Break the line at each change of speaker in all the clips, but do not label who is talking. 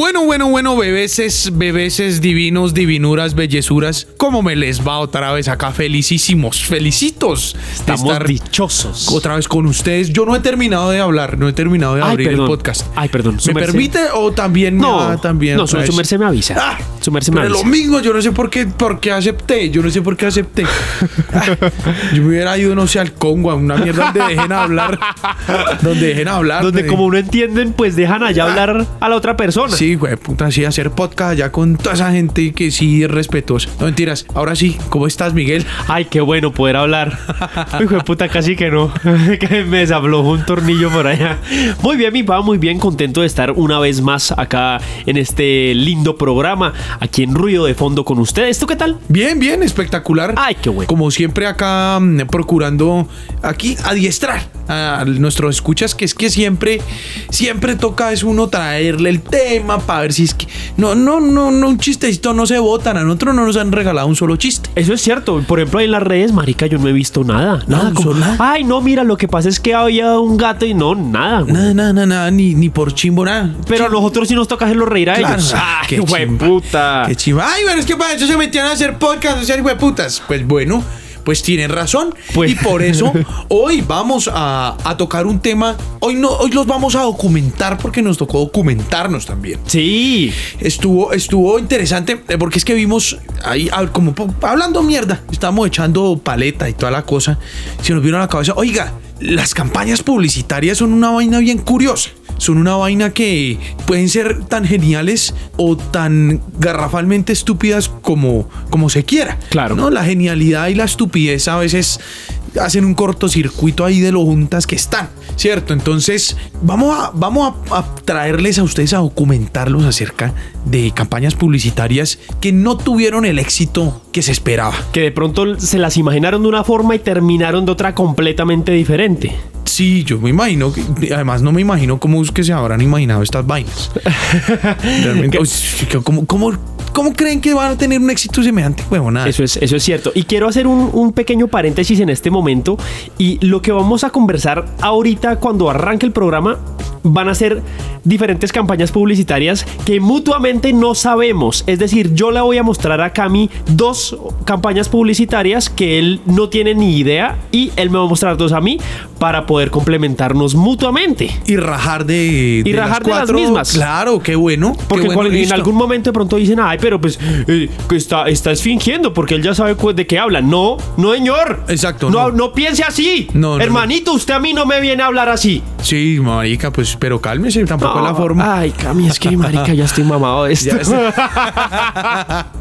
bueno, bebeses, bebeses divinos, divinuras, bellezuras. ¿Cómo me les va otra vez acá? Felicísimos, felicitos. de
Estamos
estar
dichosos.
otra vez con ustedes. Yo no he terminado de hablar, no he terminado de
Ay,
abrir el
perdón.
podcast.
Ay, perdón, su
¿Me
merced.
permite o también me
No,
va también
no, su,
otra
su
vez?
merced me avisa.
Ah,
su merced me
Pero
avisa.
lo mismo, yo no sé por qué, por qué acepté, yo no sé por qué acepté. Ah, yo me hubiera ido, no sé, al Congo, a una mierda donde dejen hablar. Donde dejen hablar.
Donde
me-
como no entienden, pues dejan allá hablar a la otra persona.
Ah. Sí, güey, puta, sí, hacer podcast allá con toda esa gente que sí es respetuosa. No mentiras, ahora sí, ¿cómo estás, Miguel?
Ay, qué bueno poder hablar. Hijo de puta, casi que no. Que me desablojó un tornillo por allá. Muy bien, mi papá, muy bien. Contento de estar una vez más acá en este lindo programa. Aquí en Ruido de Fondo con ustedes. ¿Tú qué tal?
Bien, bien, espectacular.
Ay, qué bueno.
Como siempre acá mm, procurando aquí adiestrar a nuestros escuchas, que es que siempre, siempre toca es uno traerle el tema para ver si es que... No, no, no, no, un chistecito no se votan, a nosotros no nos han regalado un solo chiste.
Eso es cierto. Por ejemplo, ahí en las redes, marica, yo no he visto nada. Nada.
no
como,
son nada.
Ay, no, mira, lo que pasa es que había un gato y no, nada. güey".
Nada, nada, nada, nada, ni, ni por chimbo, nada.
Pero a nosotros sí nos toca hacerlo reír a
Claro,
ellos.
ah,
Ay,
qué
güey,
chimba,
puta.
Qué chiva. Ay, bueno, es que para eso se metían a hacer podcast, a hacer hueputas. Pues bueno, pues tienen razón.
Pues-
Y por eso hoy vamos a, a tocar un tema. Hoy, no, hoy los vamos a documentar porque nos tocó documentarnos también.
Sí.
Estuvo, estuvo interesante eh, porque es que vimos ahí a- como po- hablando mierda. Estábamos echando paleta y toda la cosa. Se nos vino a la cabeza, oiga, las campañas publicitarias son una vaina bien curiosa. Son una vaina que pueden ser tan geniales o tan garrafalmente estúpidas como, como se quiera.
Claro.
¿no? La genialidad y la estupidez a veces hacen un cortocircuito ahí de lo juntas que están, ¿cierto? Entonces, vamos a, vamos a, a traerles a ustedes a documentarlos acerca de campañas publicitarias que no tuvieron el éxito que se esperaba.
que de pronto se las imaginaron de una forma y terminaron de otra completamente diferente.
Sí, yo me imagino, que- además no me imagino cómo es que se habrán imaginado estas vainas. Realmente, uy, ¿cómo, cómo, cómo creen que van a tener un éxito semejante? Huevonada.
Eso es, eso es cierto. Y quiero hacer un, un pequeño paréntesis en este momento. Y lo que vamos a conversar ahorita cuando arranque el programa van a ser diferentes campañas publicitarias que mutuamente no sabemos. Es decir, yo le voy a mostrar a Cami dos campañas publicitarias que él no tiene ni idea y él me va a mostrar dos a mí para poder complementarnos mutuamente.
Y rajar de,
Y rajar de las mismas.
Claro, qué bueno. qué
Porque
bueno,
cual- en
listo.
algún momento de pronto dicen, ay, pero pues eh, que está, estás fingiendo porque él ya sabe cu- de qué habla. No, no, señor.
Exacto,
No,
no.
no, piense así.
No, no,
Hermanito, usted a mí no me viene a hablar así.
Sí, marica, pues, pero cálmese, tampoco es la forma.
Ay, Cami, es que marica, ya estoy mamado de esto.
Ya
Ah.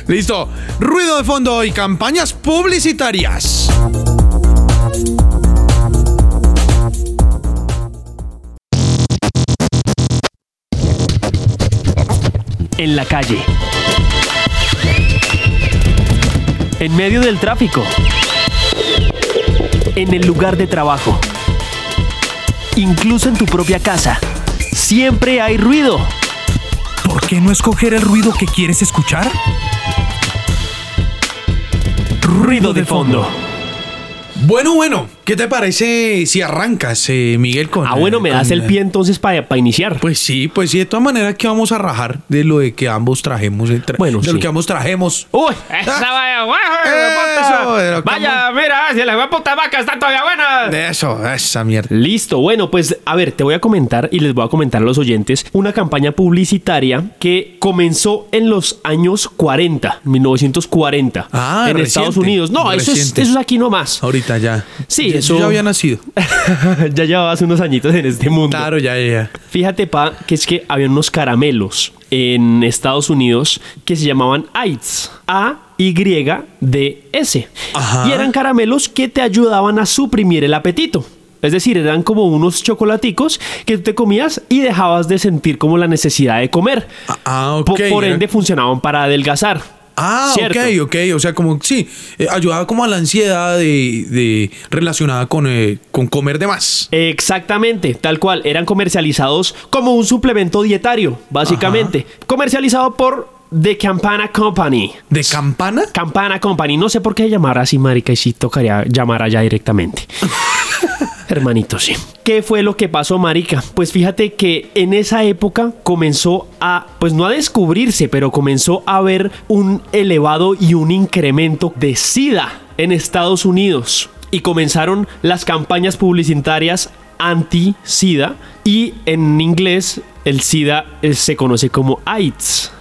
Listo. Ruido de fondo y campañas publicitarias.
en la calle. En medio del tráfico. En el lugar de trabajo. Incluso en tu propia casa. Siempre hay ruido.
¿Por qué no escoger el ruido que quieres escuchar?
Ruido de fondo.
Bueno, bueno, ¿qué te parece si arrancas, eh, Miguel? Con,
Ah, bueno, me
con
das el
la-
pie entonces para iniciar.
Pues sí, pues sí, de todas maneras que vamos a rajar de lo de que ambos trajemos. eh, tra-
Bueno,
de lo
sí. Oh.
que ambos trajemos.
Uy, esa vaya,
Eso,
vaya,
pero
vaya, mira, si las putas vacas están todavía buenas.
Eso, esa mierda.
Listo, bueno, pues a ver, te voy a comentar y les voy a comentar a los oyentes una campaña publicitaria que comenzó en los años 40, 1940,
Ah,
en
reciente,
Estados Unidos. No, eso es,
reciente.
eso es aquí nomás.
Ahorita ya.
Sí,
Yo- yo
eso-
ya había nacido.
ya llevabas unos añitos en este mundo.
Claro, ya, ya, ya.
Fíjate, pa, que es que había unos caramelos en Estados Unidos que se llamaban AIDS. A Y D S.
Ajá.
Y eran caramelos que te ayudaban a suprimir el apetito. Es decir, eran como unos chocolaticos que tú te comías y dejabas de sentir como la necesidad de comer.
Ah, ah,
Po-
ok,
Por
era-
ende funcionaban para adelgazar.
Ah,
¿Cierto?
ok, ok. O sea, como, sí, eh, ayudaba como a la ansiedad de, de- relacionada con, eh, con comer de más.
Exactamente, tal cual. Eran comercializados como un suplemento dietario, básicamente. Comercializado por The Campana Company.
¿De campana?
Campana Company. No sé por qué llamar así, marica, y si tocaría llamar allá directamente. Hermanito, sí. ¿Qué fue lo que pasó, marica? Pues fíjate que en esa época comenzó a, pues no a descubrirse, pero comenzó a haber un elevado y un incremento de SIDA en Estados Unidos. Y comenzaron las campañas publicitarias anti-SIDA y en inglés el SIDA eh, se conoce como AIDS.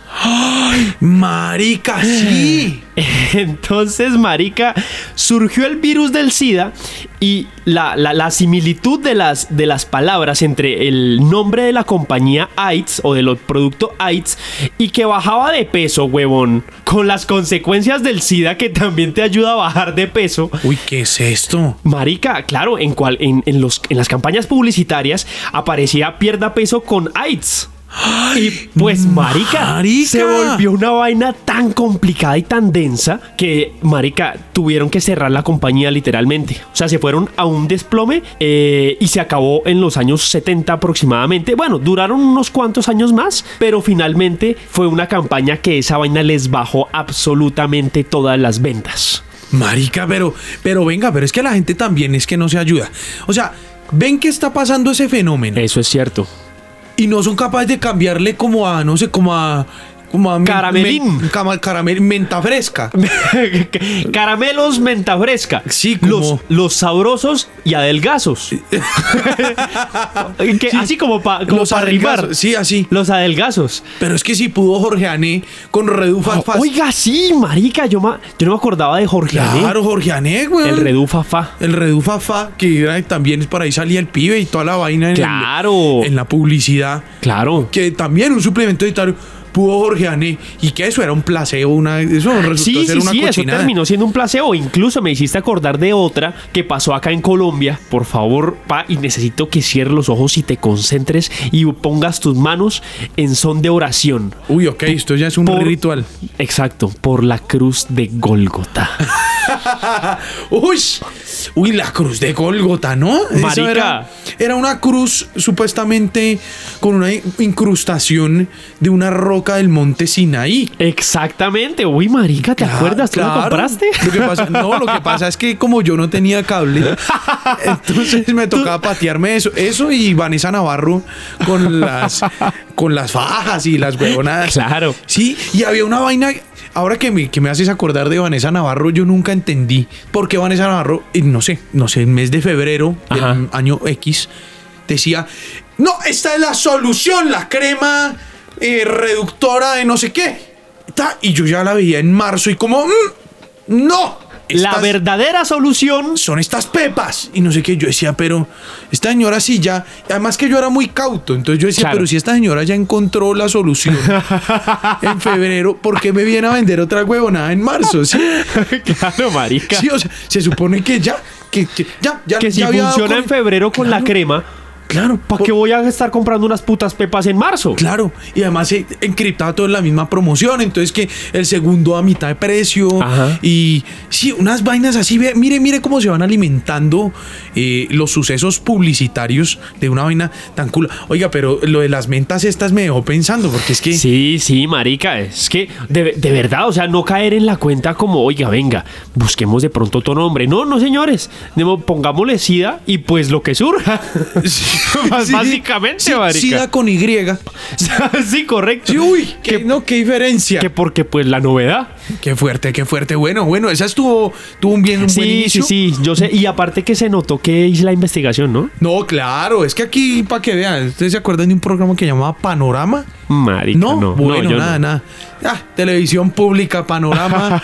Marica, sí.
Entonces, marica, surgió el virus del SIDA y la, la- la similitud de las, de las palabras entre el nombre de la compañía AIDS o del producto AIDS y que bajaba de peso, huevón, con las consecuencias del SIDA que también te ayuda a bajar de peso.
Uy, ¿qué es esto?
Marica, claro, en, cual, en, en los, en las campañas publicitarias aparecía pierda peso con AIDS. y pues, marica,
marica.
se volvió una vaina tan complicada y tan densa que, marica, tuvieron que cerrar la compañía literalmente. O sea, se fueron a un desplome eh, y se acabó en los años 70 aproximadamente. Bueno, duraron unos cuantos años más, pero finalmente fue una campaña que esa vaina les bajó absolutamente todas las ventas.
Marica, pero, pero venga, pero es que la gente también es que no se ayuda. O sea, ven que está pasando ese fenómeno
Eso es cierto.
y no son capaces de cambiarle como a, no sé, como a. Como a men-
Caramelín.
men- cama- caramel, menta fresca.
Caramelos menta fresca.
Sí, como-
los, los sabrosos y adelgazos. Que Así como para como
Los
pa
adelgazos,
rimar.
sí, así.
Los adelgazos.
Pero es que si pudo Jorge Ané con Redu Fafá.
Oiga, sí, marica, yo, ma- yo no me acordaba de Ah, Jorge Ané.
Claro, Jorge Ané, güey.
El Redu Fafá.
El Redu Fafá, que era- también es para ahí salía el pibe y toda la vaina en, el-
Claro.
en la publicidad.
Claro.
Que también un suplemento editario pudo Jorge Ané. Y que eso era un placebo, una, eso resultó
Ah, Sí,
ser
sí,
una
sí, eso
cochinada.
terminó siendo un placebo. Incluso me hiciste acordar de otra que pasó acá en Colombia. Por favor, pa, y necesito que cierres los ojos y te concentres y pongas tus manos en son de oración.
Uy, ok, esto ya es un
Por-
ritual.
Exacto, por la cruz de Gólgota.
Uy, uy, la cruz de Golgota, ¿no? Eso
Marica.
Era, era una cruz supuestamente con una incrustación de una roca del monte Sinaí.
Exactamente, uy, marica, ¿te
Cla-
acuerdas? ¿Tú
claro.
la compraste?
Lo que pasa- no, lo que pasa es que como yo no tenía cable, entonces me tocaba patearme eso. Eso y Vanessa Navarro con las, con las fajas y las huevonadas.
Claro.
Sí, y había una vaina. Ahora que me, que me haces acordar de Vanessa Navarro, yo nunca entendí por qué Vanessa Navarro, eh, no sé, no sé, el mes de febrero del
Ajá.
año X, decía: No, esta es la solución, la crema eh, reductora de no sé qué. Ta, y yo ya la veía en marzo y como, "Mm, no.
La
estas
verdadera solución.
Son estas pepas. Y no sé qué. Yo decía, pero esta señora sí ya. Además que yo era muy cauto. Entonces yo decía,
Claro.
pero si esta señora ya encontró la solución en febrero, ¿por qué me viene a vender otra huevonada en marzo? Sí,
claro, marica.
sí, o sea, se supone que ya, que, que ya, ya,
que si
ya había dado
funciona
con-
en febrero con la
Claro.
crema,
Claro,
¿para qué voy a estar comprando unas putas pepas en marzo?
Claro, y además se encriptaba todo en la misma promoción, entonces que el segundo a mitad de precio
Ajá.
y sí, unas vainas así, ve- mire, mire cómo se van alimentando eh, los sucesos publicitarios de una vaina tan cool. Oiga, pero lo de las mentas estas me dejó pensando, porque es que...
Sí, sí, marica, es que de, de verdad, o sea, no caer en la cuenta como, oiga, venga, busquemos de pronto otro nombre. No, no, señores, de mo- pongámosle SIDA y pues lo que surja.
Sí,
Básicamente,
sí,
marica.
Sida con Y.
sí, correcto.
Sí, uy, qué, no, qué diferencia.
Que
Qué,
porque pues la novedad.
fuerte, qué fuerte. Bueno, bueno, esa estuvo, tuvo un bien, un buen
Sí, sí,
inicio.
sí, yo sé. Y aparte que se notó que hice la investigación, ¿no?
No, claro, es que aquí, para que vean, ¿ustedes se acuerdan de un programa que llamaba Panorama?
Marica,
No,
no, no,
bueno,
yo
nada,
no.
nada. Ah, televisión pública, panorama.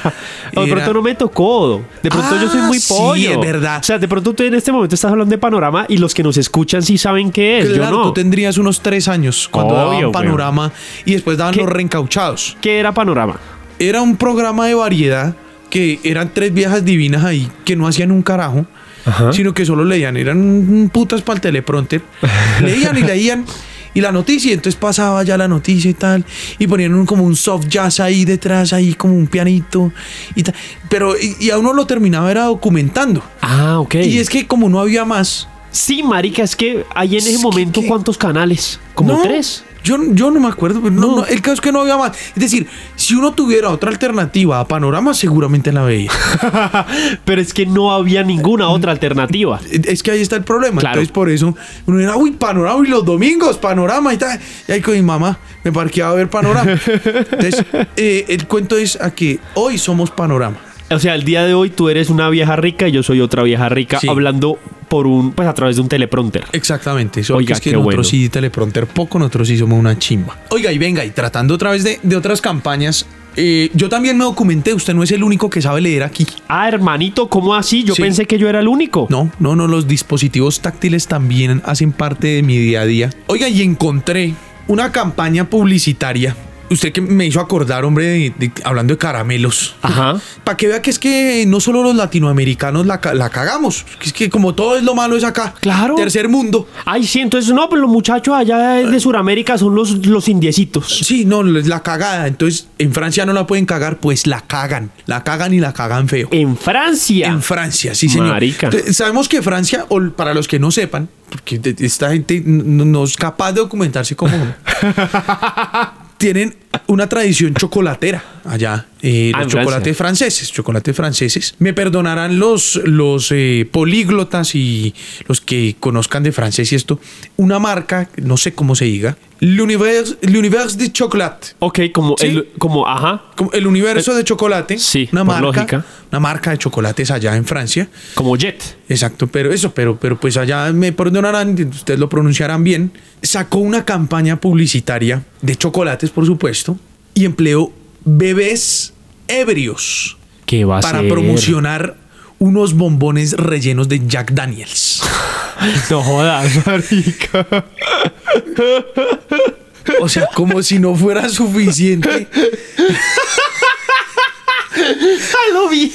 O de
Era-
pronto no me tocó. De pronto yo soy
Ah,
muy
sí,
pollo.
es verdad.
O sea, de pronto tú en este momento estás hablando de panorama y los que nos escuchan sí saben qué es.
Claro,
yo
tú
no.
tendrías unos tres años cuando
Obvio,
daban
weón.
panorama y después daban
¿Qué?
los reencauchados.
¿Qué era panorama?
Era un programa de variedad que eran tres viejas divinas ahí que no hacían un carajo,
Ajá.
sino que solo leían. Eran putas para el teleprompter. leían y leían. Y la noticia, entonces pasaba ya la noticia y tal, y ponían un- como un soft jazz ahí detrás, ahí como un pianito, y tal. pero y, y a uno lo terminaba era documentando.
Ah, ok.
Y es que como no había más,
Sí, marica, es que hay en ese
Es
momento
que-
cuántos canales. Como
No.
tres.
Yo, yo no me acuerdo, pero no, no, el caso es que no había más. Es decir, si uno tuviera otra alternativa a Panorama, seguramente la veía.
Pero es que no había ninguna otra alternativa.
Es que ahí está el problema.
Claro.
Entonces, por eso, uno era, uy, panorama, y los domingos, panorama y tal. Y ahí con mi mamá me parqueaba a ver panorama. Entonces, eh, el cuento es a que hoy somos panorama.
O sea, el día de hoy tú eres una vieja rica y yo soy otra vieja rica
Sí.
hablando por un, pues a través de un teleprompter.
Exactamente, eso
Oiga,
que es que
qué
nosotros
bueno.
sí teleprompter poco, nosotros sí somos una chimba. Oiga, y venga, y tratando otra vez de, de otras campañas, eh, yo también me documenté, usted no es el único que sabe leer aquí.
Ah, hermanito, ¿cómo así? Yo
Sí.
pensé que yo era el único.
No, no, no, los dispositivos táctiles también hacen parte de mi día a día. Oiga, y encontré una campaña publicitaria. Usted que me hizo acordar, hombre, de- de- hablando de caramelos.
Ajá.
Para que vea que es que no solo los latinoamericanos la, ca- la cagamos, que es que como todo es lo malo es acá.
Claro.
Tercer mundo.
Ay, sí, entonces no, pero los muchachos allá de, de Sudamérica son los, los indiecitos.
Sí, no, es la cagada. Entonces, en Francia no la pueden cagar, pues la cagan. La cagan y la cagan feo.
En Francia.
En Francia, sí, señor.
Ah. Marica.
Entonces, Sabemos que Francia, o para los que no sepan, porque de- de esta gente n- no, no es capaz de documentarse como uno, tienen una tradición chocolatera allá. eh, los
Ah, en Francia.
chocolates franceses, chocolates franceses. Me perdonarán los, los eh, políglotas y los que conozcan de francés y esto. Una marca, no sé cómo se diga, l'univers l'univers de chocolat.
Ok, como,
Sí.
el, como, ajá,
Como el universo de chocolate.
Eh, sí,
una
por
marca,
lógica.
Una marca de chocolates allá en Francia.
como Jet.
Exacto, pero eso, pero, pero pues allá me perdonarán, ustedes lo pronunciarán bien. Sacó una campaña publicitaria de chocolates, por supuesto, y empleó bebés ebrios
¿Qué va a
para
ser?
promocionar unos bombones rellenos de Jack Daniels.
No jodas, marica.
O sea, como si no fuera suficiente.
¡A lo bien!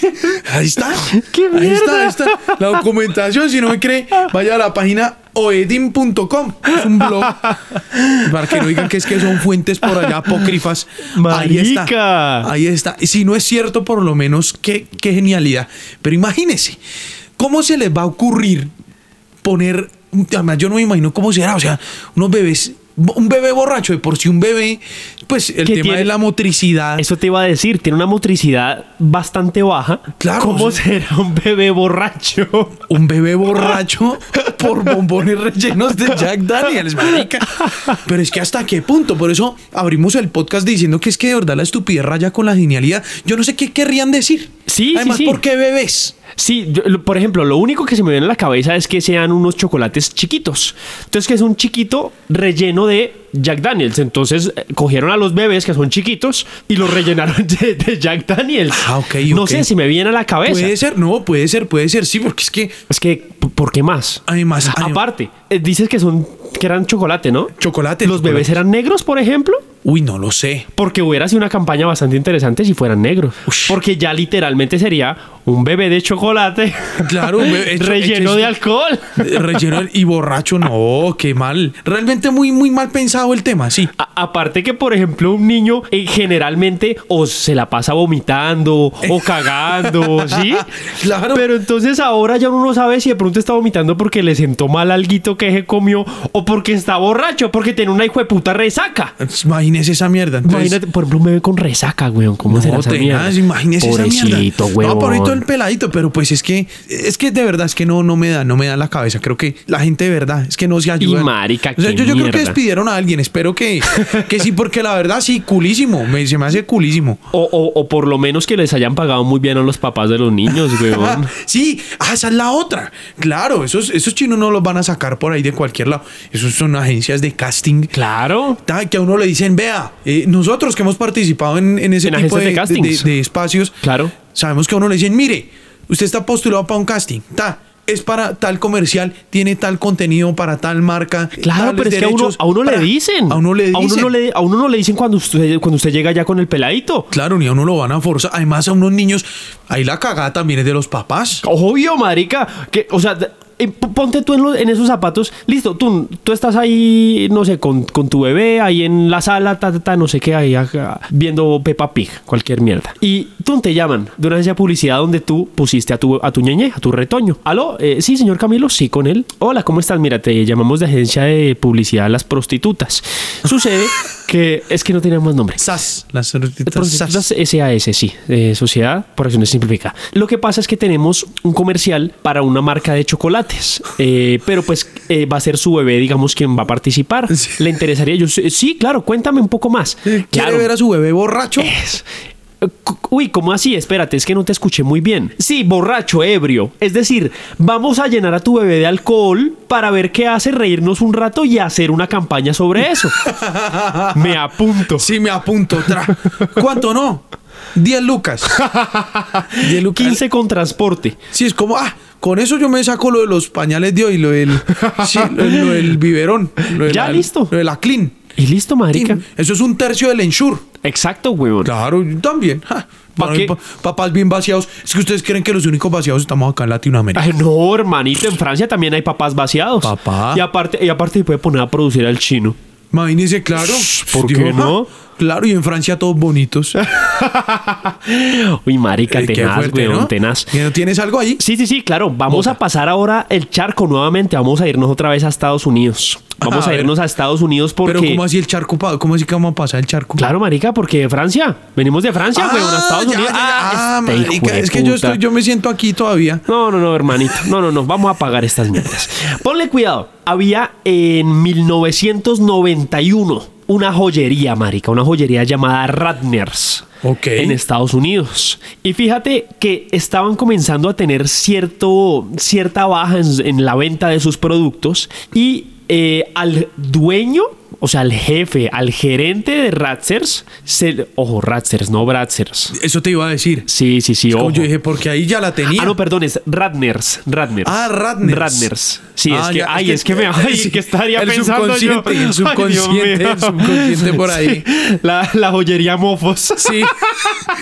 Ahí está. Ahí
¡Qué
está,
mierda!
ahí está. La documentación, si no me cree, vaya a la página oedin.com. Es un blog. Para que no digan que es que son fuentes por allá apócrifas. Ahí está.
Marica.
Ahí está. Y si no es cierto, por lo menos, qué, qué genialidad. Pero imagínense, ¿cómo se les va a ocurrir poner. Además, yo no me imagino cómo será. O sea, unos bebés. Un bebé borracho, de por sí un bebé, pues el
¿Qué
tema
tiene?
de la motricidad.
Eso te iba a decir, tiene una motricidad bastante baja.
Claro,
¿Cómo
o
será un bebé borracho?
un bebé borracho por bombones rellenos de Jack Daniels, marica. Pero es que hasta qué punto, por eso abrimos el podcast diciendo que es que de verdad la estupidez raya con la genialidad. Yo no sé qué querrían decir.
Sí, sí,
Además,
sí.
¿por qué bebés?
Sí, yo- lo- por ejemplo, lo único que se me viene a la cabeza es que sean unos chocolates chiquitos. Entonces, que es un chiquito relleno de Jack Daniels. Entonces, eh, cogieron a los bebés que son chiquitos y los rellenaron de, de Jack Daniels.
Ah, ok, ok.
No
Pues,
sé si me viene a la cabeza.
Puede ser, no, puede ser, puede ser, sí, porque es que
Es que, p- ¿por qué más?
Además, adem-
Aparte, eh, dices que son que eran chocolate, ¿no?
chocolate.
¿Los bebés eran negros, por ejemplo?
Uy, no lo sé.
Porque hubiera sido una campaña bastante interesante si fueran negros.
Ush.
Porque ya literalmente sería un bebé de chocolate.
Claro, un bebé hecho-
relleno
hecho-
de alcohol.
Eh, Relleno y borracho, no, qué mal. Realmente muy, muy mal pensado el tema, sí.
A- aparte que, por ejemplo, un niño eh, generalmente o se la pasa vomitando o cagando, ¿sí?
Claro.
Pero entonces ahora ya uno no sabe si de pronto está vomitando porque le sentó mal alguito que se comió o porque está borracho, porque tiene una hijo de puta resaca.
Imagínese esa mierda. entonces-
Imagínate, por ejemplo, un bebé con resaca, weón. ¿Cómo será esa
tenaz,
mierda?
imagínese esa mierda.
Pobrecito, weón.
No, por ahí todo el peladito, pero pues es que, es que de verdad es que no, no me da, no me da la cabeza. Creo que la gente de verdad es que no se ayuda.
marica,
o sea,
qué
yo, yo creo que
mierda.
despidieron a alguien. Espero que, que sí, porque la verdad sí, culísimo. Me, se me hace culísimo.
O, o- o por lo menos que les hayan pagado muy bien a los papás de los niños,
Ah,
weón.
sí, ah, esa es la otra. Claro, esos, esos chinos no los van a sacar por ahí de cualquier lado. Esos son agencias de casting
claro.
Ta- que a uno le dicen, vea, eh, nosotros que hemos participado en, en ese
En
tipo
agencias
de,
de castings.
de- de espacios,
Claro.
sabemos que a uno le dicen, mire, usted está postulado para un casting, ta, es para tal comercial, tiene tal contenido para tal marca. eh,
Claro,
tales
pero es que a uno,
derechos".
a uno le
Pra,
dicen.
A uno le dicen.
A uno no le, a uno no le dicen cuando usted, cuando usted llega ya con el peladito.
Claro, ni a uno lo van a forzar. Además, a unos niños, ahí la cagada también es de los papás.
Obvio, marica. Que, o sea, d- eh, p- ponte tú en, lo- en esos zapatos, listo, tú, tú estás ahí, no sé, con, con tu bebé, ahí en la sala, ta, ta, ta, no sé qué, ahí acá, viendo Peppa Pig, cualquier mierda. Y tú te llaman de una agencia de publicidad donde tú pusiste a tu, a tu ñeñe, a tu retoño. Aló, eh, sí, señor Camilo, sí, con él. Hola, ¿cómo estás? Mira, te llamamos de agencia de publicidad a las prostitutas. Sucede que es que no teníamos nombre.
SAS. Las sororitas
Prostitutas
SAS.
SAS, sí, eh, Sociedad por Acciones Simplificadas. Lo que pasa es que tenemos un comercial para una marca de chocolates, eh, pero pues eh, va a ser su bebé, digamos, quien va a participar.
Sí.
¿Le interesaría? Yo, sí, sí, claro, cuéntame un poco más.
¿Quiere
Claro.
ver a su bebé borracho?
Es- cu- Uy, ¿cómo así? Espérate, es que no te escuché muy bien. Sí, borracho, ebrio. Es decir, vamos a llenar a tu bebé de alcohol para ver qué hace reírnos un rato y hacer una campaña sobre eso. Me apunto.
Sí, me apunto. Tra. ¿Cuánto no? 10 lucas. 10 lucas.
15 con transporte.
Sí, es como, ah, con eso yo me saco lo de los pañales de hoy, lo del, sí, lo, lo del biberón. lo de
Ya,
la-
listo.
Lo de la clean.
Y listo, marica.
Tin. Eso es un tercio del ensure.
Exacto, huevón.
Claro, yo también. ja.
¿Pa
Bueno,
qué?
pa- papás bien vaciados. Es que ustedes creen que los únicos vaciados estamos acá en Latinoamérica.
Ay, no, hermanito, en Francia también hay papás vaciados.
Papá.
Y aparte, y aparte puede poner a producir al chino.
Imagínense, claro.
Ah. ¿por qué
"Ja".
no?
Claro, y en Francia todos bonitos.
Uy, marica,
Eh, qué
tenaz,
fuerte,
huevón,
¿no?
tenaz.
¿Y no ¿Tienes algo ahí?
Sí, sí, sí, claro. Vamos
Bota.
a pasar ahora el charco nuevamente. Vamos a irnos otra vez a Estados Unidos. Vamos
A
a,
ver.
irnos a Estados Unidos porque.
Pero ¿cómo así el charco? pa- ¿Cómo así que vamos a pasar el charco?
Claro, marica, porque de Francia. Venimos de Francia, huevón, a
Ah, ya,
Estados Unidos.
ya, ya. Ah,
este hijo
marica,
de
es que yo,
puta.
estoy, yo me siento aquí todavía.
No, no, no, hermanito. No, no, no. Vamos a pagar estas mierdas. Ponle cuidado. Había en 1991 una joyería, marica. Una joyería llamada Radners.
Ok.
En Estados Unidos. Y fíjate que estaban comenzando a tener cierto, cierta baja en, en la venta de sus productos. Y eh, al dueño... O sea, al jefe, al gerente de Ratzers, se, ojo, Ratzers, no Bratzers.
Eso te iba a decir.
Sí, sí, sí,
Es como
ojo.
yo dije, porque ahí ya la tenía.
Ah, no, perdón, es Radners. Radners.
Ah, Ratners.
Ratners. Sí, es
Ah,
que,
ya,
ay, es que me. Ay,
sí,
que estaría
el
pensando
subconsciente,
yo.
El subconsciente,
Ay, Dios mío.
el subconsciente por ahí.
Sí, La, la joyería mofos.
Sí.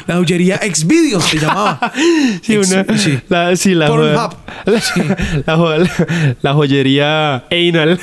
La joyería Exvideos se llamaba.
Sí,
Ex-
una.
sí.
La, sí, la,
Pornhub.
la, la jo- la- la joyería anal.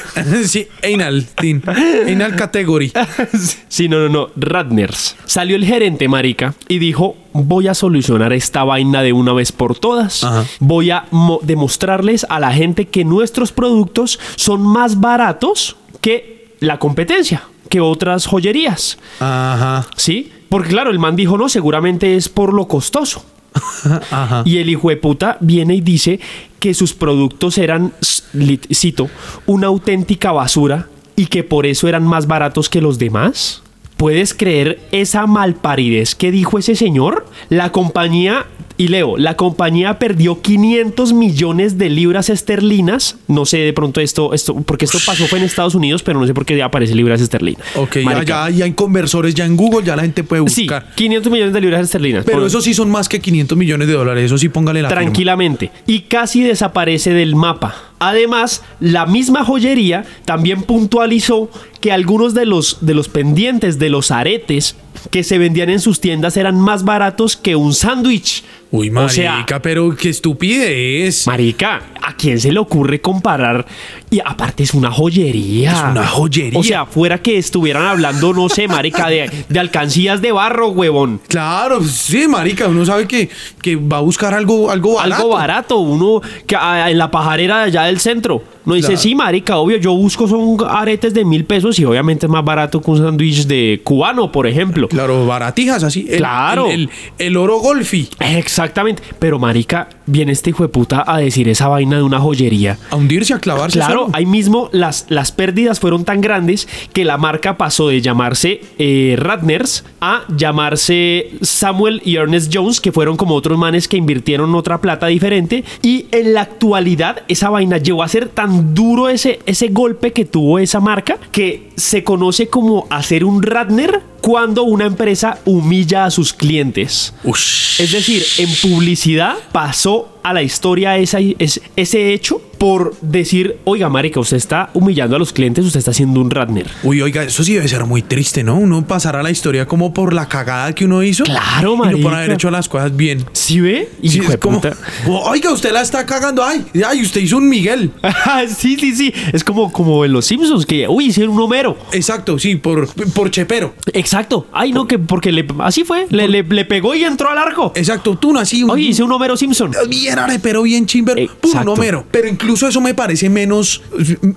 sí, anal, tin. Anal category.
Sí, no, no, no. Radners. Salió el gerente, marica, y dijo: Voy a solucionar esta vaina de una vez por todas.
Ajá.
Voy a mo- demostrarles a la gente que nuestros productos son más baratos que la competencia, que otras joyerías.
Ajá,
¿Sí? Porque claro, el man dijo: No, seguramente es por lo costoso.
ajá.
Y el hijo de puta viene y dice que sus productos eran, s- lit- cito, una auténtica basura y que por eso eran más baratos que los demás. ¿Puedes creer esa malparidez que dijo ese señor? La compañía, y leo, la compañía perdió 500 millones de libras esterlinas. No sé de pronto esto, esto porque esto pasó fue en Estados Unidos, pero no sé por qué aparece libras esterlinas.
Ok, ya,
Marica.
ya, ya en conversores, ya en Google, ya la gente puede
Sí,
buscar.
500 millones de libras esterlinas.
Pero
Por-
eso sí son más que 500 millones de dólares. Eso sí, póngale la firma.
tranquilamente y casi desaparece del mapa. Además, la misma joyería también puntualizó que algunos de los, de los pendientes de los aretes que se vendían en sus tiendas eran más baratos que un sándwich.
Uy,
O
marica,
sea,
pero qué estupidez.
Marica, ¿a quién se le ocurre comparar? Y aparte es una joyería.
Es una joyería.
O sea, fuera que estuvieran hablando, no sé, marica, de, de alcancías de barro, huevón.
Claro, sí, marica, uno sabe que, que va a buscar algo, algo barato.
Algo barato, uno que ah, en la pajarera de allá del centro. No dice,
Claro.
sí, marica, obvio, yo busco son aretes de mil pesos y obviamente es más barato que un sándwich de cubano, por ejemplo.
Claro, baratijas así. El-
Claro.
El, el- el oro golfi.
Exactamente. Pero, marica, viene este hijo de puta a decir esa vaina de una joyería.
A hundirse, a clavarse.
Claro,
solo.
ahí mismo las, las pérdidas fueron tan grandes que la marca pasó de llamarse eh, Ratners a llamarse Samuel y Ernest Jones, que fueron como otros manes que invirtieron otra plata diferente. Y en la actualidad esa vaina llegó a ser tan duro ese, ese golpe que tuvo esa marca que se conoce como hacer un Ratner cuando una empresa humilla a sus clientes.
Ush.
Es decir, en publicidad pasó a la historia esa, es, ese hecho por decir, oiga, marica, usted está humillando a los clientes, usted está haciendo un Ratner.
Uy, oiga, eso sí debe ser muy triste, ¿no? Uno pasará la historia como por la cagada que uno hizo.
Claro,
Y no por
marica.
haber hecho las cosas bien.
¿Sí ve?
Sí,
Hijo
es
de
como, "Oh,
puta.
oiga, usted la está cagando. Ay, ay, usted hizo un Miguel.
sí, sí, sí. Es como, como en los Simpsons, que, uy, hicieron un Homero.
Exacto, sí, por, por chepero.
Exacto. Ay, no, que porque le, así fue. Le, le- le pegó y entró al arco.
Exacto, tú nací un,
Oye, hice un Homero Simpson.
bien arepero, bien chimber, puro
Exacto.
número. Pero incluso eso me parece menos,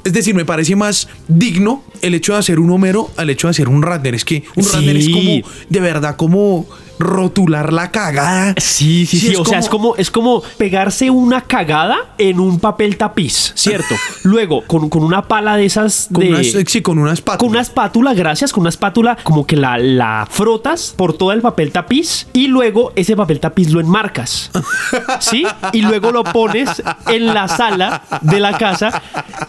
es decir, me parece más digno el hecho de hacer un Homero al hecho de hacer un Ratner. Es que un
Sí.
Ratner es como, de verdad, como rotular la cagada.
Sí, sí, sí. o sea, es como, es como pegarse una cagada en un papel tapiz, ¿cierto? Luego, con, con una pala de esas.
Con
de-
una, sí, con una espátula.
Con una espátula, gracias, con una espátula como que la, la frotas por todo el papel tapiz y luego ese papel tapiz lo enmarcas. ¿Sí? Y luego lo pones en la sala de la casa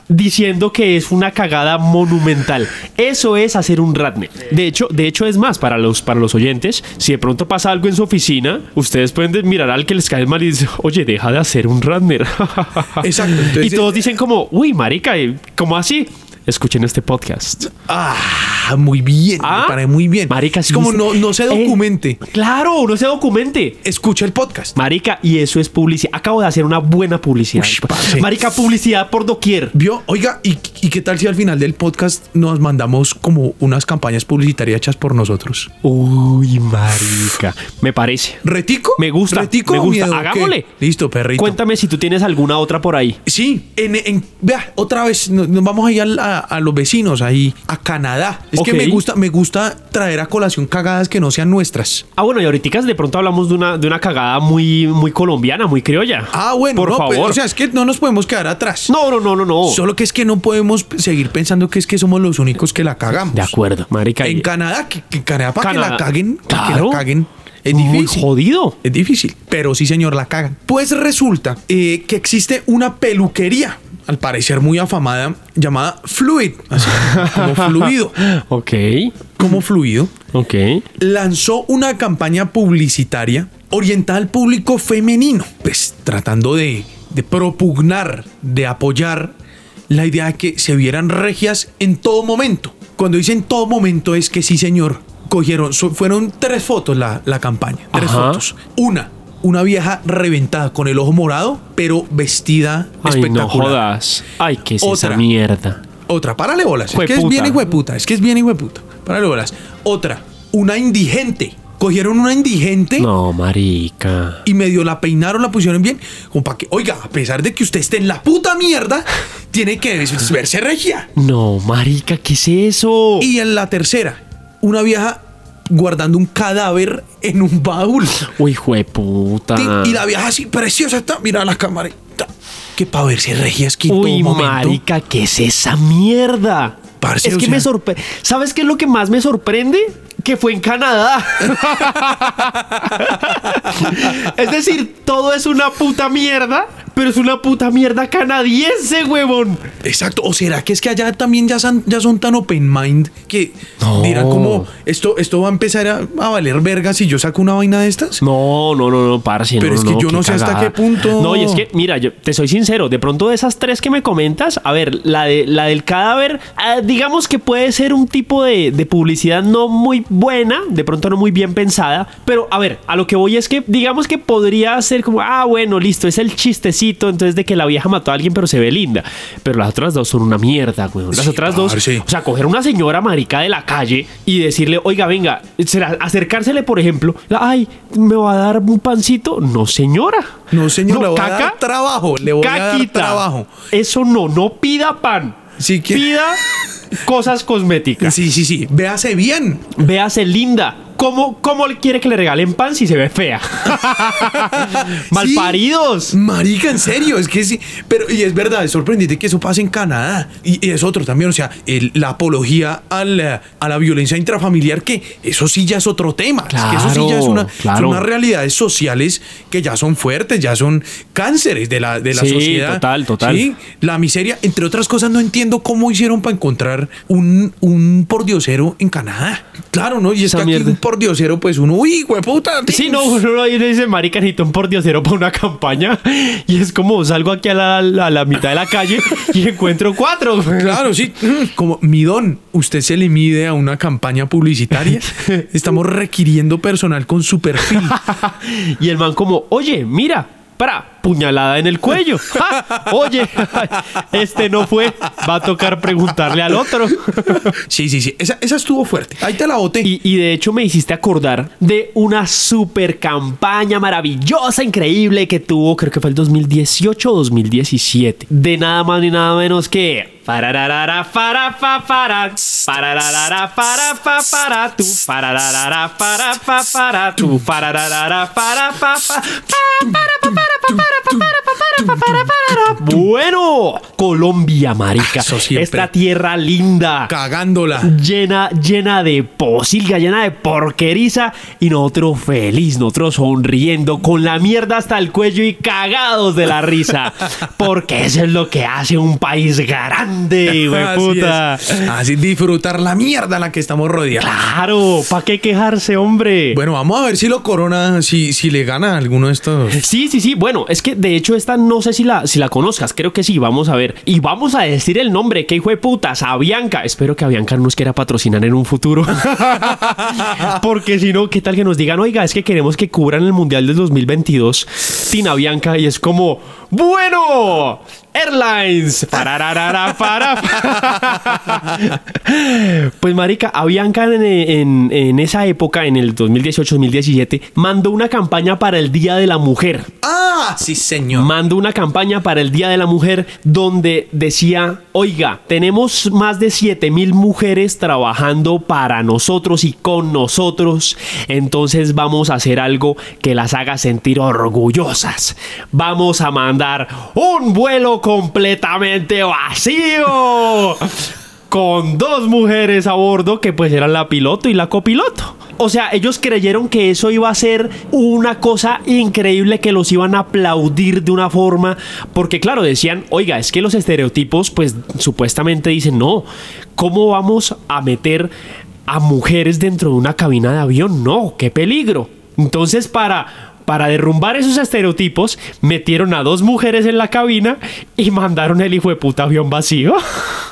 diciendo que es una cagada monumental. Eso es hacer un Ratner. De hecho, de hecho es más, para los, para los oyentes, si de pronto pasa algo en su oficina, ustedes pueden de- mirar al que les cae mal y dicen, oye, deja de hacer un Ratner.
Exacto, entonces-
y todos dicen como, uy, marica, ¿eh? ¿cómo así? Escuchen este podcast.
Ah, muy bien.
Ah,
Me parece muy bien.
Marica,
es
sí,
como
sí.
no, no se
Eh,
documente.
claro, no se documente.
Escucha el podcast.
Marica, y eso es publicidad. Acabo de hacer una buena publicidad.
Ush, parce.
Marica, publicidad por doquier.
Vio, oiga, ¿y, ¿y qué tal si al final del podcast nos mandamos como unas campañas publicitarias hechas por nosotros?
Uy, marica. Me parece.
¿Retico?
Me gusta.
¿Retico
me
o
gusta.
miedo? ¿Qué?
Hagámosle.
Listo, perrito.
Cuéntame si tú tienes alguna otra por ahí.
Sí, en, en- vea, otra vez no- nos, vamos ahí al- a, a los vecinos, ahí a Canadá. Es
Ok.
que me gusta, me gusta traer a colación cagadas que no sean nuestras.
Ah, bueno, y ahorita de pronto hablamos de una, de una cagada muy, muy colombiana, muy criolla.
Ah, bueno,
Por
no,
favor.
pero, o sea, es que no nos podemos quedar atrás.
no, no, no, no, no.
Solo que es que no podemos seguir pensando que es que somos los únicos que la cagamos.
De acuerdo, marica.
En
y-
Canadá, que, que en Canadá para que
Canadá.
la caguen, para que
Claro.
la caguen. Es
Muy
difícil.
jodido.
Es difícil, pero sí, señor, la cagan. Pues resulta eh, que existe una peluquería, al parecer muy afamada, llamada Fluid, así como fluido.
Ok,
Como fluido,
ok.
lanzó una campaña publicitaria orientada al público femenino, pues tratando de, de propugnar, de apoyar la idea de que se vieran regias en todo momento. Cuando dicen todo momento es que sí, señor, cogieron, so- fueron tres fotos la, la campaña, tres
Ajá.
fotos. Una, una vieja reventada con el ojo morado, pero vestida
Ay, no
espectacular.
jodas. Ay, qué es esa
Otra.
mierda.
Otra, párale bolas. Es que
Jueputa.
es bien hijueputa, es que es bien hijueputa. Párale bolas. Otra, una indigente. Cogieron una indigente
No, marica.
y medio la peinaron, la pusieron bien. Como para que, oiga, a pesar de que usted esté en la puta mierda, tiene que ves- verse regia.
No, marica, ¿qué es eso?
Y en la tercera, una vieja guardando un cadáver en un baúl.
Uy, jueputa.
Tin, Y la vieja así preciosa está, mira la cámara. y ta, Que para verse regia es que en
Uy,
todo momento-
marica, ¿qué es esa mierda?
Parce,
es
o
que
sea-
me sorprende. ¿Sabes qué es lo que más me sorprende? Que fue en Canadá. es decir, todo es una puta mierda, pero es una puta mierda canadiense, huevón.
Exacto, o será que es que allá también ya son, ya son tan open mind que
No.
dirán como esto, esto va a empezar a, a valer verga si yo saco una vaina de estas.
No, no, no, no, parce.
Pero
no,
es que yo
qué
no sé hasta
cagada.
qué punto-
No, y es que, mira, yo te soy sincero, de pronto de esas tres que me comentas, a ver, la, de, la del cadáver, ah, digamos que puede ser un tipo de, de publicidad no muy buena, de pronto no muy bien pensada, pero a ver, a lo que voy es que, digamos que podría ser como, ah, bueno, listo, es el chistecito, entonces de que la vieja mató a alguien, pero se ve linda. Pero las otras dos son una mierda, güey. Las
Sí,
otras
parce.
dos, o sea, coger una señora marica de la calle y decirle, oiga, venga, será acercársele, por ejemplo, la- ay, ¿me va a dar un pancito? No, señora.
No, señor, le voy a
caca,
dar trabajo, le voy a dar
caquita.
trabajo.
Eso no, no pida pan.
Sí que-
Pida cosas cosméticas.
Sí, sí, sí, véase bien.
Véase linda. ¿Cómo, ¿Cómo le quiere que le regalen pan si se ve fea? Malparidos.
Sí, Marica, en serio, es que sí. Pero, y es verdad, es sorprendente que eso pase en Canadá. Y, y es otro también, o sea, el- la apología a la, a la violencia intrafamiliar, que eso sí ya es otro tema. es que eso sí ya es
Claro,
una,
claro.
son unas realidades sociales que ya son fuertes, ya son cánceres de la, de la
Sí,
sociedad.
total, total.
Sí, la miseria. Entre otras cosas, no entiendo cómo hicieron para encontrar un, un pordiosero en Canadá. Claro, ¿no? Y es
Esa
que aquí
mierda.
por diosero, pues uno, uy, hueputa.
Sí, no, uno ahí le dice, marica, necesito un pordiosero para una campaña. Y es como salgo aquí a la, la- la mitad de la calle y encuentro cuatro.
Claro, sí. Como Midón, usted se le mide a una campaña publicitaria. Estamos requiriendo personal con su perfil.
Y el man como, oye, mira, para, puñalada en el cuello. Ja, oye, este no fue, va a tocar preguntarle al otro.
Sí, sí, sí. Esa, esa estuvo fuerte. Ahí te la boté.
Y, y de hecho me hiciste acordar de una super campaña maravillosa, increíble que tuvo, creo que fue el 2018 o 2017. De nada más ni nada menos que... Farararara, fara, fa, fara. Farararara, fara, fa, fara, tú. Farararara, fara, fa, fara, tú. Farararara, fara, fa, fa, fa, para, pa, para, pa, para, pa, para, pa, para, pa, para, para, para. Bueno, Colombia, marica.
Eso siempre.
Esta tierra linda
Cagándola.
llena, llena de posilga, llena de porqueriza y nosotros feliz, nosotros sonriendo, con la mierda hasta el cuello y cagados de la risa. Porque eso es lo que hace un país grande, güey puta.
Así, es. Así disfrutar la mierda a la que estamos rodeados.
Claro, ¿para qué quejarse, hombre?
Bueno, vamos a ver si lo corona, si, si le gana a alguno de estos.
Sí, sí, sí. Bueno, es que de hecho esta no sé si la, si la conozcas. Creo que sí. Vamos a ver. Y vamos a decir el nombre. ¿Qué hijo de putas? A Bianca. Espero que a Bianca nos quiera patrocinar en un futuro. Porque si no, ¿qué tal que nos digan? Oiga, es que queremos que cubran el Mundial del 2022. Tina Bianca. Y es como... Bueno, Airlines. Parararara, para, Pues marica, a Bianca en, en- en esa época, en el 2018-2017, mandó una campaña para el Día de la Mujer.
¡Ah! Sí, señor.
Mandó una campaña para el Día de la Mujer donde decía, oiga, tenemos más de 7 mil mujeres trabajando para nosotros y con nosotros, entonces vamos a hacer algo que las haga sentir orgullosas. Vamos a mandar un vuelo completamente vacío. Con dos mujeres a bordo que pues eran la piloto y la copiloto. O sea, ellos creyeron que eso iba a ser una cosa increíble que los iban a aplaudir de una forma, porque claro, decían, oiga, es que los estereotipos pues supuestamente dicen, no, ¿cómo vamos a meter a mujeres dentro de una cabina de avión? No, qué peligro. Entonces para... Para derrumbar esos estereotipos, metieron a dos mujeres en la cabina y mandaron el hijo de puta avión vacío.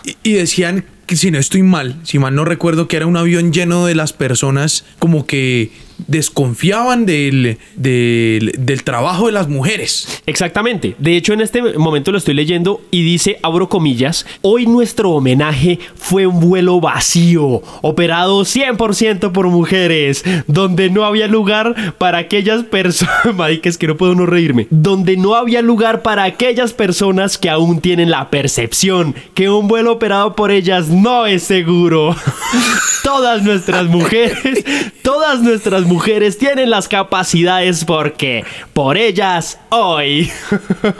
Y, y decían que si no estoy mal, si mal no recuerdo, que era un avión lleno de las personas como que desconfiaban del, del, del trabajo de las mujeres.
Exactamente. De hecho, en este momento lo estoy leyendo y dice, abro comillas, hoy nuestro homenaje fue un vuelo vacío, operado 100% por mujeres, donde no había lugar para aquellas personas... Marica, es que no puedo no reírme. Donde no había lugar para aquellas personas que aún tienen la percepción que un vuelo operado por ellas no es seguro. todas nuestras mujeres, todas nuestras mujeres tienen las capacidades porque por ellas hoy.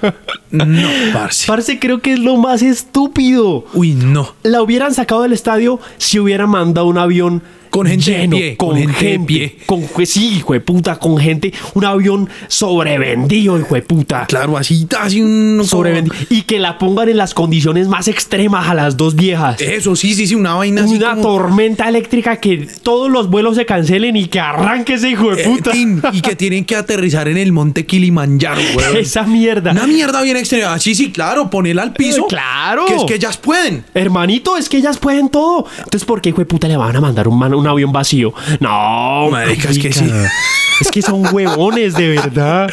No, parce.
Parce, creo que es lo más estúpido.
Uy, no.
La hubieran sacado del estadio si hubieran mandado un avión
Con gente de
lleno,
pie,
con,
con gente
gente,
de pie.
con jue- sí, hijo de puta, con gente, un avión sobrevendido, hijo de puta.
Claro, así, así un...
Sobrevendido. Y que la pongan en las condiciones más extremas a las dos viejas.
Eso, sí, sí, sí, una vaina así
una
como-
tormenta eléctrica que todos los vuelos se cancelen y que arranque ese hijo de
Eh,
puta.
tin, y que tienen que aterrizar en el monte Kilimanjaro, weón.
Esa mierda.
Una mierda bien extrema. Sí, sí, claro, ponela al piso.
Eh, claro.
Que es que ellas pueden.
Hermanito, es que ellas pueden todo. Entonces, ¿por qué, hijo de puta, le van a mandar un, man- un avión vacío? No,
Marica, es que
marica.
sí.
Es que son huevones, de verdad.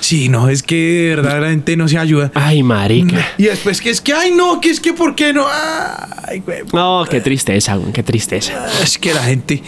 Sí, no, es que de verdad la gente no se ayuda.
Ay, marica.
Y después que es que, ay, no, que es que, ¿por qué no? Ay, güey. pues,
No, qué tristeza, güey, qué tristeza.
Es que la gente,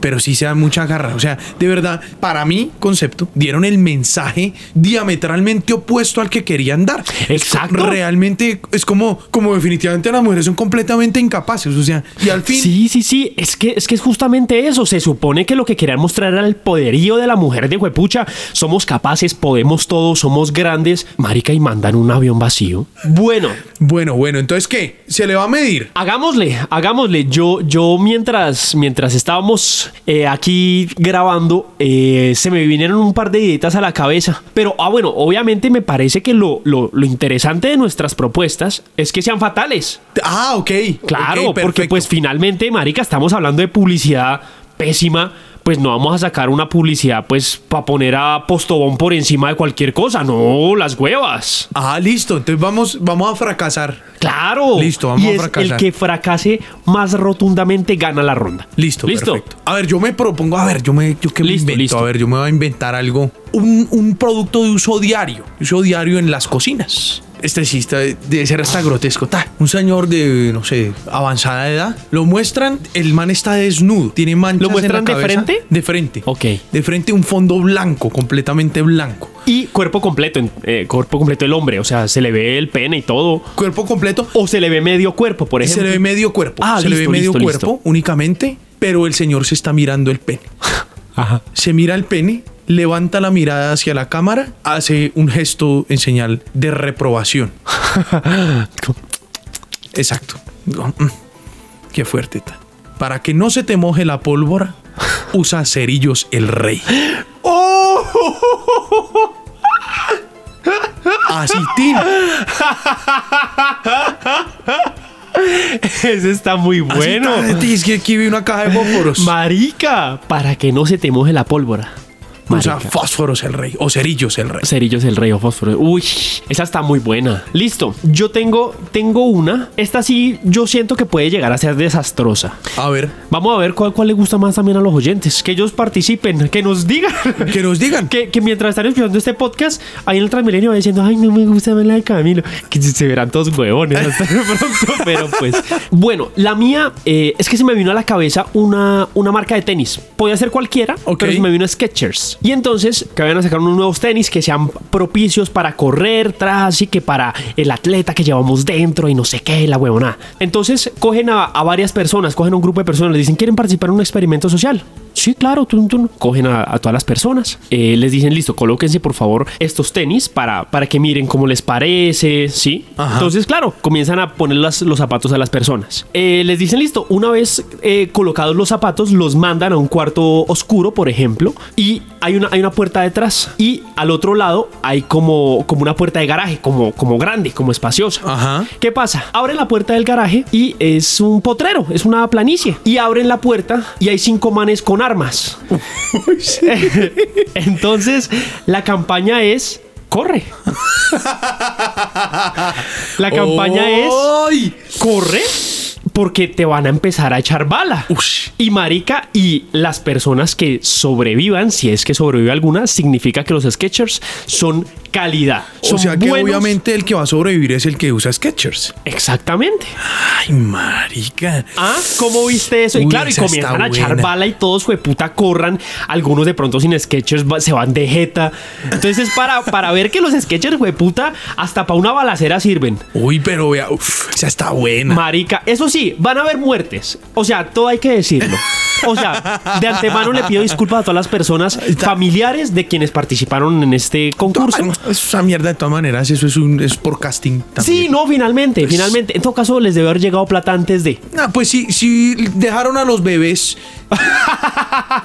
pero sí se da mucha garra. O sea, de verdad, para mi concepto, dieron el mensaje diametralmente opuesto al que querían dar.
Exacto.
Realmente es como, como definitivamente las mujeres son completamente incapaces. O sea, y al fin,
Sí, sí, sí, es que, es que es justamente eso. Se supone que lo que querían mostrar era el poderío de la mujer de huepucha. Somos capaces, podemos todo, somos grandes. Marica, y mandan un avión vacío. Bueno,
bueno, bueno, entonces, ¿qué? ¿Se le va a medir?
Hagámosle, hagámosle. Yo, yo mientras, mientras estábamos eh, aquí grabando, eh, se me vinieron un par de ideas a la cabeza. Pero, ah, bueno, obviamente me parece que lo, lo, lo interesante de nuestras propuestas es que sean fatales.
Ah, ok.
Claro,
ok,
porque
perfecto.
pues finalmente, marica, estamos hablando de publicidad pésima pues no vamos a sacar una publicidad pues para poner a Postobón por encima de cualquier cosa. No, las huevas.
Ah, listo. Entonces vamos, vamos a fracasar.
Claro.
Listo, vamos
y
a
es
fracasar.
El que fracase más rotundamente gana la ronda.
Listo,
Listo.
perfecto. A ver, yo me propongo, a ver, yo me, yo qué me
Listo,
invento,
listo.
a ver, yo me voy a inventar algo, un, un producto de uso diario, de uso diario en las cocinas. Este sí está, debe ser hasta grotesco. Ta, un señor de, no sé, avanzada edad, lo muestran, el man está desnudo, tiene manchas
¿Lo muestran
en la
de
cabeza.
frente?
De frente.
Ok.
De frente un fondo blanco, completamente blanco.
Y cuerpo completo, en- eh, cuerpo completo el hombre, o sea, se le ve el pene y todo.
Cuerpo completo,
O se le ve medio cuerpo, por
se
ejemplo.
le ve medio cuerpo.
Ah,
se le ve
listo,
medio
listo,
cuerpo únicamente, pero el señor se está mirando el pene.
Ajá.
se mira el pene, levanta la mirada hacia la cámara, hace un gesto en señal de reprobación. Exacto. Digo, "Mm, Qué fuerte. ta". Para que no se te moje la pólvora, usa cerillos el rey. Así, Tim.
Ese está muy bueno.
Es que aquí vi una caja de fósforos.
Marica, para que no se te moje la pólvora.
Usa
Marica.
fósforos el rey o cerillos el rey.
Cerillos el rey o fósforo. Uy, esa está muy buena. Listo, yo tengo, tengo una. Esta sí, yo siento que puede llegar a ser desastrosa.
A ver,
Vamos a ver cuál, cuál le gusta más también a los oyentes. Que ellos participen, que nos digan.
que nos digan.
Que, que mientras están escuchando este podcast, ahí en el Transmilenio va diciendo, ay, no me gusta ver la de Camilo. Que se- se verán todos huevones hasta de pronto, pero pues. Bueno, la mía eh, es que se me vino a la cabeza una, una marca de tenis. Podía ser cualquiera,
Ok.
pero se me vino Sketchers. Y entonces, que vayan a sacar unos nuevos tenis que sean propicios para correr tras y que para el atleta que llevamos dentro y no sé qué, la huevona. Entonces, cogen a, a varias personas, cogen a un grupo de personas, les dicen, ¿quieren participar en un experimento social? Sí, claro, tun, tun. cogen a, a todas las personas, eh, les dicen, listo, colóquense por favor estos tenis para, para que miren cómo les parece, ¿sí?
Ajá.
Entonces, claro, comienzan a poner las- los zapatos a las personas. Eh, les dicen, listo, una vez eh, colocados los zapatos, los mandan a un cuarto oscuro, por ejemplo, y hay una, hay una puerta detrás. Y al otro lado hay como, como una puerta de garaje, como, como grande, como espaciosa.
Ajá.
¿Qué pasa? Abren la puerta del garaje y es un potrero, es una planicie. Y abren la puerta y hay cinco manes con armas. Entonces, la campaña es... Corre. La campaña
¡Ay!
es... Corre. Porque te van a empezar a echar bala.
Ush.
Y marica, y las personas que sobrevivan, si es que sobrevive alguna, significa que los sketchers son calidad.
O
Son
sea que
buenos.
obviamente el que va a sobrevivir es el que usa Sketchers.
Exactamente.
Ay, marica.
Ah, ¿cómo viste eso? Y
Uy,
claro, y
esa está
comienzan a echar
buena.
bala y todos, jueputa, corran. Algunos de pronto sin sketchers va- se van de jeta. Entonces, es para, para ver que los sketchers, jueputa, hasta para una balacera sirven.
Uy, pero vea, uf, esa está buena.
Marica, eso sí, van a haber muertes. O sea, todo hay que decirlo. O sea, de antemano le pido disculpas a todas las personas familiares de quienes participaron en este concurso.
Ay, Esa mierda de todas maneras, eso es un es por casting también. Pues.
Sí, no, finalmente, finalmente. En todo caso, les debe haber llegado plata antes de.
Ah, pues sí, sí dejaron a los bebés participar.
Ah,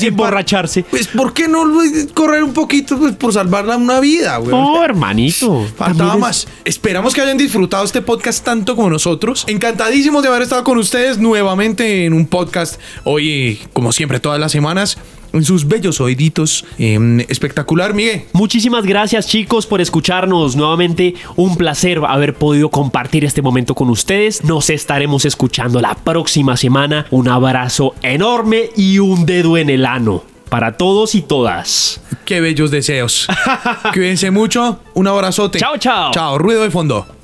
Emborracharse.
Pues ¿por qué no lo- correr un poquito pues, por salvarla una vida, güey?
No, Oh, hermanito.
Faltaba
también es-
más. Esperamos que hayan disfrutado este podcast tanto como nosotros. Encantadísimos de haber estado con ustedes nuevamente en un podcast. Hoy, como siempre, todas las semanas, en sus bellos oíditos. Eh, espectacular, Miguel.
Muchísimas gracias chicos por escucharnos. Nuevamente un placer haber podido compartir este momento con ustedes. Nos estaremos escuchando la próxima semana. Un abrazo enorme y un dedo en el ano. Para todos y todas.
Qué bellos deseos. Cuídense mucho. Un abrazote.
Chao, chao.
Chao, ruido de fondo.